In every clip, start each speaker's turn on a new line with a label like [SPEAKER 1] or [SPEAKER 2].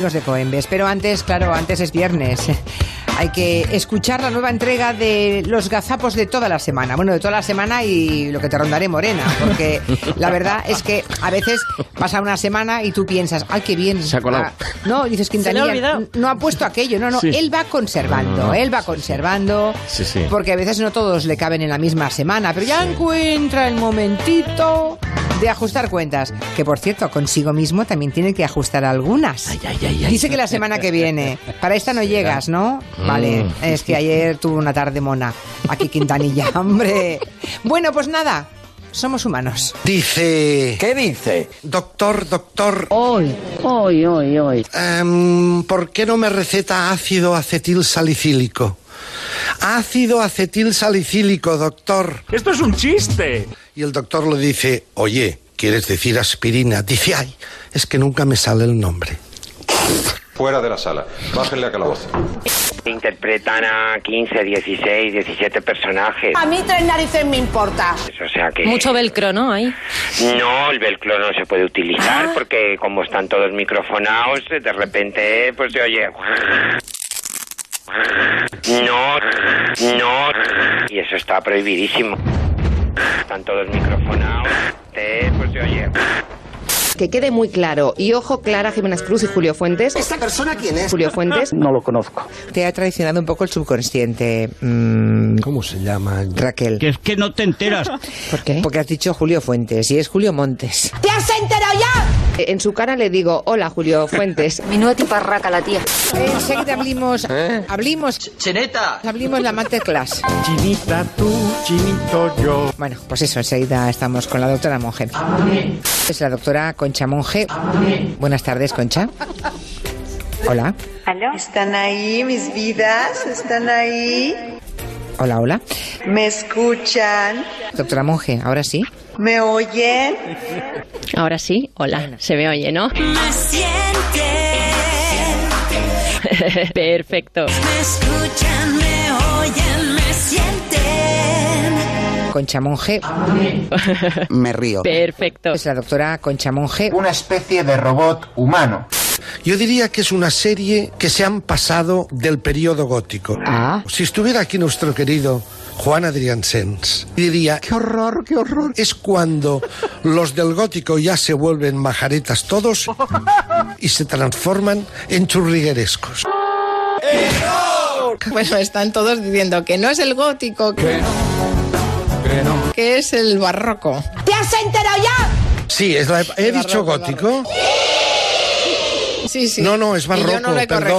[SPEAKER 1] Los de Coembes. Pero antes, claro, antes es viernes. Hay que escuchar la nueva entrega de los gazapos de toda la semana. Bueno, de toda la semana y lo que te rondaré morena. Porque la verdad es que a veces pasa una semana y tú piensas, ay, qué bien.
[SPEAKER 2] Se ha colado.
[SPEAKER 1] Ah, no, dices
[SPEAKER 3] le ha
[SPEAKER 1] Quintanilla,
[SPEAKER 3] olvidado.
[SPEAKER 1] n- no ha puesto aquello. No, no,
[SPEAKER 2] Sí.
[SPEAKER 1] él va conservando,
[SPEAKER 2] No, no,
[SPEAKER 1] él va
[SPEAKER 2] sí, sí.
[SPEAKER 1] conservando.
[SPEAKER 2] Sí, sí.
[SPEAKER 1] Porque a veces no todos le caben en la misma semana. Pero ya
[SPEAKER 2] Sí.
[SPEAKER 1] encuentra el momentito de ajustar cuentas. Que por cierto, consigo mismo también tiene que ajustar algunas.
[SPEAKER 2] Ay, ay, ay, ay.
[SPEAKER 1] Dice que la semana que viene. Para esta no llegas, ¿no? Vale,
[SPEAKER 2] Mm.
[SPEAKER 1] es que ayer tuve una tarde mona. Aquí Quintanilla, hombre. Bueno, pues nada, somos humanos.
[SPEAKER 4] Dice...
[SPEAKER 5] ¿Qué dice?
[SPEAKER 4] Doctor, doctor,
[SPEAKER 6] Hoy, hoy, hoy, hoy.
[SPEAKER 4] em, ¿por qué no me receta ácido acetil salicílico? Ácido acetil salicílico, doctor.
[SPEAKER 7] Esto es un chiste.
[SPEAKER 4] Y el doctor le dice, oye, ¿quieres decir aspirina? Dice, ay, es que nunca me sale el nombre.
[SPEAKER 8] Fuera de la sala. Bájenle a calabozo.
[SPEAKER 9] Interpretan a 15, 16, 17 personajes.
[SPEAKER 10] A mí tres narices me importa.
[SPEAKER 9] O sea que.
[SPEAKER 6] Eh,
[SPEAKER 3] Mucho velcro, ¿no? Ahí.
[SPEAKER 9] No, el velcro no se puede utilizar porque, como están todos microfonados, de repente, pues se oye. No, no. Y eso está prohibidísimo. Están todos microfonados, eh, pues se oye.
[SPEAKER 6] Que quede muy claro. Y ojo, Clara Jiménez Cruz y Julio Fuentes.
[SPEAKER 5] ¿Esta persona quién es?
[SPEAKER 6] Julio Fuentes.
[SPEAKER 5] No lo conozco.
[SPEAKER 10] Te ha traicionado un poco el subconsciente, mm,
[SPEAKER 4] ¿Cómo se llama?
[SPEAKER 10] Raquel.
[SPEAKER 7] es que no te enteras.
[SPEAKER 6] ¿Por qué?
[SPEAKER 10] Porque has dicho Julio Fuentes y es Julio Montes. ¡Te has enterado ya!
[SPEAKER 6] En su cara le digo, hola, Julio Fuentes.
[SPEAKER 3] Menuda tiparraca la tía.
[SPEAKER 1] Enseguida hablimos, hablimos,
[SPEAKER 5] ¡Cheneta!
[SPEAKER 1] hablimos la masterclass.
[SPEAKER 7] Chinita tú, chinito yo.
[SPEAKER 1] Bueno, pues eso, enseguida estamos con la doctora Monge. Es la doctora Concha Monge. Buenas tardes, Concha. Hola,
[SPEAKER 10] ¿Están ahí mis vidas? ¿Están ahí?
[SPEAKER 1] hola, hola.
[SPEAKER 10] ¿Me escuchan?
[SPEAKER 1] Doctora Monge, ahora sí.
[SPEAKER 10] ¿Me oyen?
[SPEAKER 3] Ahora sí, hola. Se me oye, ¿no? Perfecto.
[SPEAKER 1] Concha Monge
[SPEAKER 5] Me río.
[SPEAKER 3] Perfecto.
[SPEAKER 1] es la doctora Concha Monge.
[SPEAKER 5] Una especie de robot humano.
[SPEAKER 4] Yo diría que es una serie que se han pasado del periodo gótico.
[SPEAKER 1] Ah.
[SPEAKER 4] Si estuviera aquí nuestro querido Juan Adrián Sens, diría, qué horror, qué horror. Es cuando los del gótico ya se vuelven majaretas todos y se transforman en churriguerescos.
[SPEAKER 10] Bueno, están todos diciendo que no es el gótico, que, que es el barroco. ¡Te has enterado ya!
[SPEAKER 4] Sí, es la- he dicho gótico.
[SPEAKER 10] Sí, sí.
[SPEAKER 4] No, no, es
[SPEAKER 10] Y yo no
[SPEAKER 4] barroco,
[SPEAKER 10] lo he
[SPEAKER 4] perdón.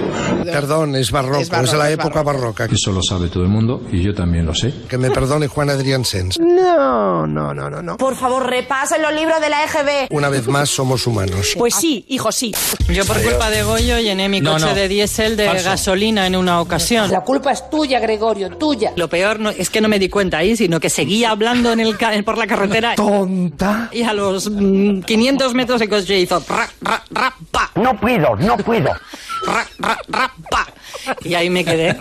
[SPEAKER 10] corregido.
[SPEAKER 4] Perdón, es barroco, es,
[SPEAKER 10] Es barroco,
[SPEAKER 4] la
[SPEAKER 10] es
[SPEAKER 4] época barroca.
[SPEAKER 8] Eso lo sabe todo el mundo y yo también lo sé.
[SPEAKER 4] Que me perdone Juan Adrián Sens.
[SPEAKER 10] Por favor, repasen los libros de
[SPEAKER 11] E
[SPEAKER 10] la EGB.
[SPEAKER 4] Una vez más somos humanos.
[SPEAKER 3] Pues sí, hijo, sí.
[SPEAKER 11] Yo por culpa de Goyo llené mi
[SPEAKER 2] No,
[SPEAKER 11] coche
[SPEAKER 2] no.
[SPEAKER 11] de diésel de
[SPEAKER 2] Falso.
[SPEAKER 11] gasolina en una ocasión.
[SPEAKER 10] La culpa es tuya, Gregorio, tuya.
[SPEAKER 11] Lo peor no, es que no me di cuenta ahí, sino que seguía hablando en el ca- por la carretera
[SPEAKER 4] Tonta.
[SPEAKER 11] y a los mm, 500 metros el coche hizo ra, ra, ra, pa,
[SPEAKER 9] No puedo, no puedo.
[SPEAKER 11] ra, ra, ra, pa. Y ahí me quedé.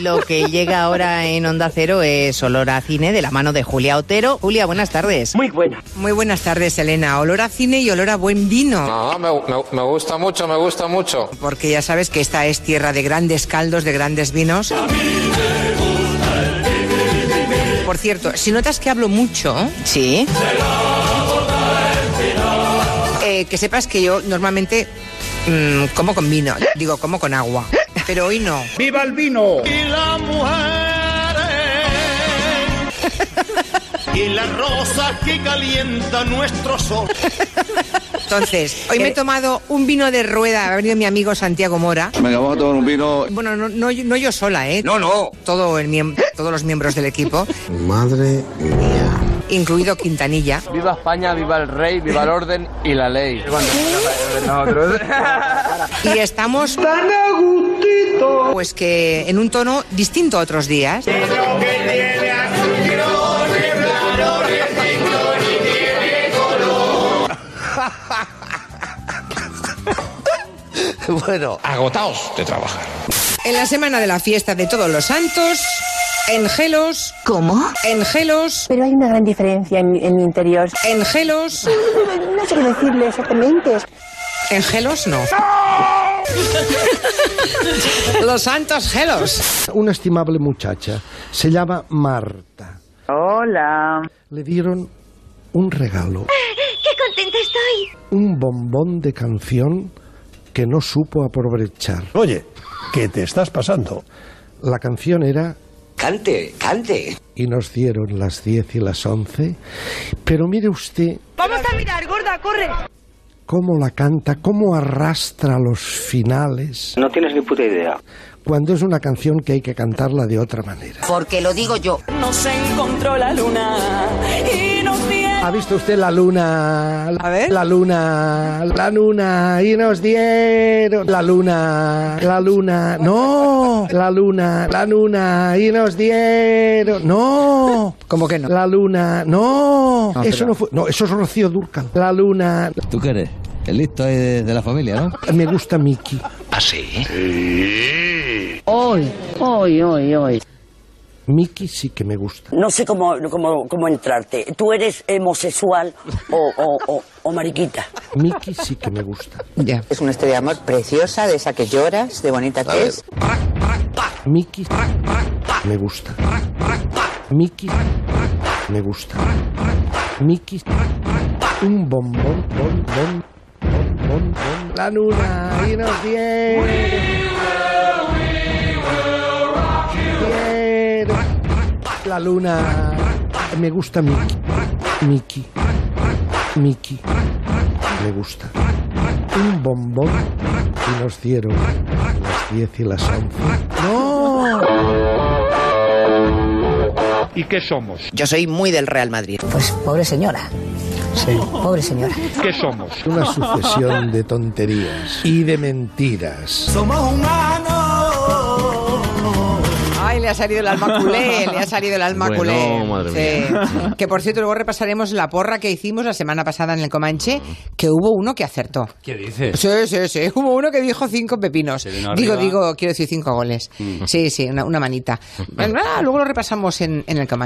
[SPEAKER 10] Lo que llega ahora en Onda Cero es Olor a Cine de la mano de Julia Otero. Julia, buenas tardes.
[SPEAKER 9] Muy buena.
[SPEAKER 1] Muy buenas tardes, Elena. Olor a cine y olor a buen vino.
[SPEAKER 8] No, me, me- me gusta mucho, me gusta mucho.
[SPEAKER 1] Porque ya sabes que esta es tierra de grandes caldos, de grandes vinos. Por cierto, si notas que hablo mucho,
[SPEAKER 10] Sí.
[SPEAKER 1] eh, que sepas que yo normalmente mm, como con vino, digo, como con agua. Pero hoy no.
[SPEAKER 7] ¡Viva el vino!
[SPEAKER 1] Entonces, hoy me he tomado un vino de rueda. Ha venido mi amigo Santiago Mora.
[SPEAKER 5] Venga, vamos a tomar un vino.
[SPEAKER 1] Bueno, no, no, yo- no yo sola, ¿eh?
[SPEAKER 5] No, no.
[SPEAKER 1] Todo el miemb- todos los miembros del equipo,
[SPEAKER 4] Madre mía.
[SPEAKER 1] incluido Quintanilla.
[SPEAKER 5] Viva España, viva el rey, viva el orden y la ley.
[SPEAKER 1] Y estamos... ¡Tan Pues que en un tono distinto a otros días.
[SPEAKER 4] Bueno,
[SPEAKER 8] Agotaos de trabajar.
[SPEAKER 1] En la semana de la fiesta de Todos los Santos, en gelos,
[SPEAKER 6] ¿Cómo?
[SPEAKER 1] en gelos,
[SPEAKER 10] Pero hay una gran diferencia en, mi interior.
[SPEAKER 1] en gelos,
[SPEAKER 10] No sé decirle exactamente.
[SPEAKER 1] En gelos no. Los santos gelos.
[SPEAKER 4] Una estimable muchacha, se llama Marta.
[SPEAKER 2] Hola.
[SPEAKER 4] Le dieron un regalo,
[SPEAKER 2] ¡Qué contenta estoy!
[SPEAKER 4] un bombón de canción que no supo aprovechar. Oye, ¿qué te estás pasando? La canción era...
[SPEAKER 12] Cante, cante.
[SPEAKER 4] Y nos dieron las 10 y las 11, pero mire usted
[SPEAKER 2] Vamos a mirar, gorda, corre.
[SPEAKER 4] cómo la canta, cómo arrastra los finales,
[SPEAKER 12] No tienes ni puta idea.
[SPEAKER 4] cuando es una canción que hay que cantarla de otra manera.
[SPEAKER 12] Porque lo digo yo.
[SPEAKER 13] Nos encontró la luna y nos dieron.
[SPEAKER 4] ¿Ha visto usted la luna? La, la luna, la luna, y nos dieron. La luna, la luna, no. La luna, la luna, y nos dieron. No. ¿Cómo que no? La luna, no.
[SPEAKER 14] No,
[SPEAKER 4] eso
[SPEAKER 14] espera.
[SPEAKER 4] no fue. No, eso es Rocío Durcal. La luna.
[SPEAKER 14] ¿Tú qué eres? El listo ahí de, de la familia, ¿no?
[SPEAKER 4] Me gusta Mickey.
[SPEAKER 14] ¿Así?
[SPEAKER 4] Hoy, hoy, hoy, hoy. Mickey sí que me gusta.
[SPEAKER 15] No sé cómo, cómo, cómo entrarte. ¿Tú eres homosexual o, o, o- o mariquita?
[SPEAKER 4] Mickey sí que me gusta.
[SPEAKER 1] Ya.
[SPEAKER 16] Es una historia de amor preciosa, de esa que lloras, de bonita que es.
[SPEAKER 4] Mickey me gusta. Mickey me gusta. Mickey un bombón, bon, bon, bon, bon, bon. La luna y nos dieron. La luna me gusta Mickey. Mickey. Mickey me gusta. Un bombón y nos dieron las 10 y las 11.
[SPEAKER 7] ¿Y qué somos?
[SPEAKER 16] Yo soy muy del Real Madrid. Pues pobre señora. Sí. Pobre señora.
[SPEAKER 7] ¿Qué somos?
[SPEAKER 4] Una sucesión de tonterías y de mentiras.
[SPEAKER 1] Somos humanos. Ay, le ha salido el alma culé, le ha salido el alma
[SPEAKER 14] Bueno,
[SPEAKER 1] culé.
[SPEAKER 14] madre
[SPEAKER 1] Sí.
[SPEAKER 14] mía.
[SPEAKER 1] Que por cierto, luego repasaremos la porra que hicimos la semana pasada en el Comanche, que hubo uno que acertó.
[SPEAKER 17] ¿Qué dices?
[SPEAKER 1] Sí, sí, sí. Hubo uno que dijo cinco pepinos.
[SPEAKER 17] vino
[SPEAKER 1] Digo,
[SPEAKER 17] arriba. Mm.
[SPEAKER 1] digo, quiero decir cinco goles. Sí, sí, una, una manita. Ah, luego lo repasamos en, en el Comanche.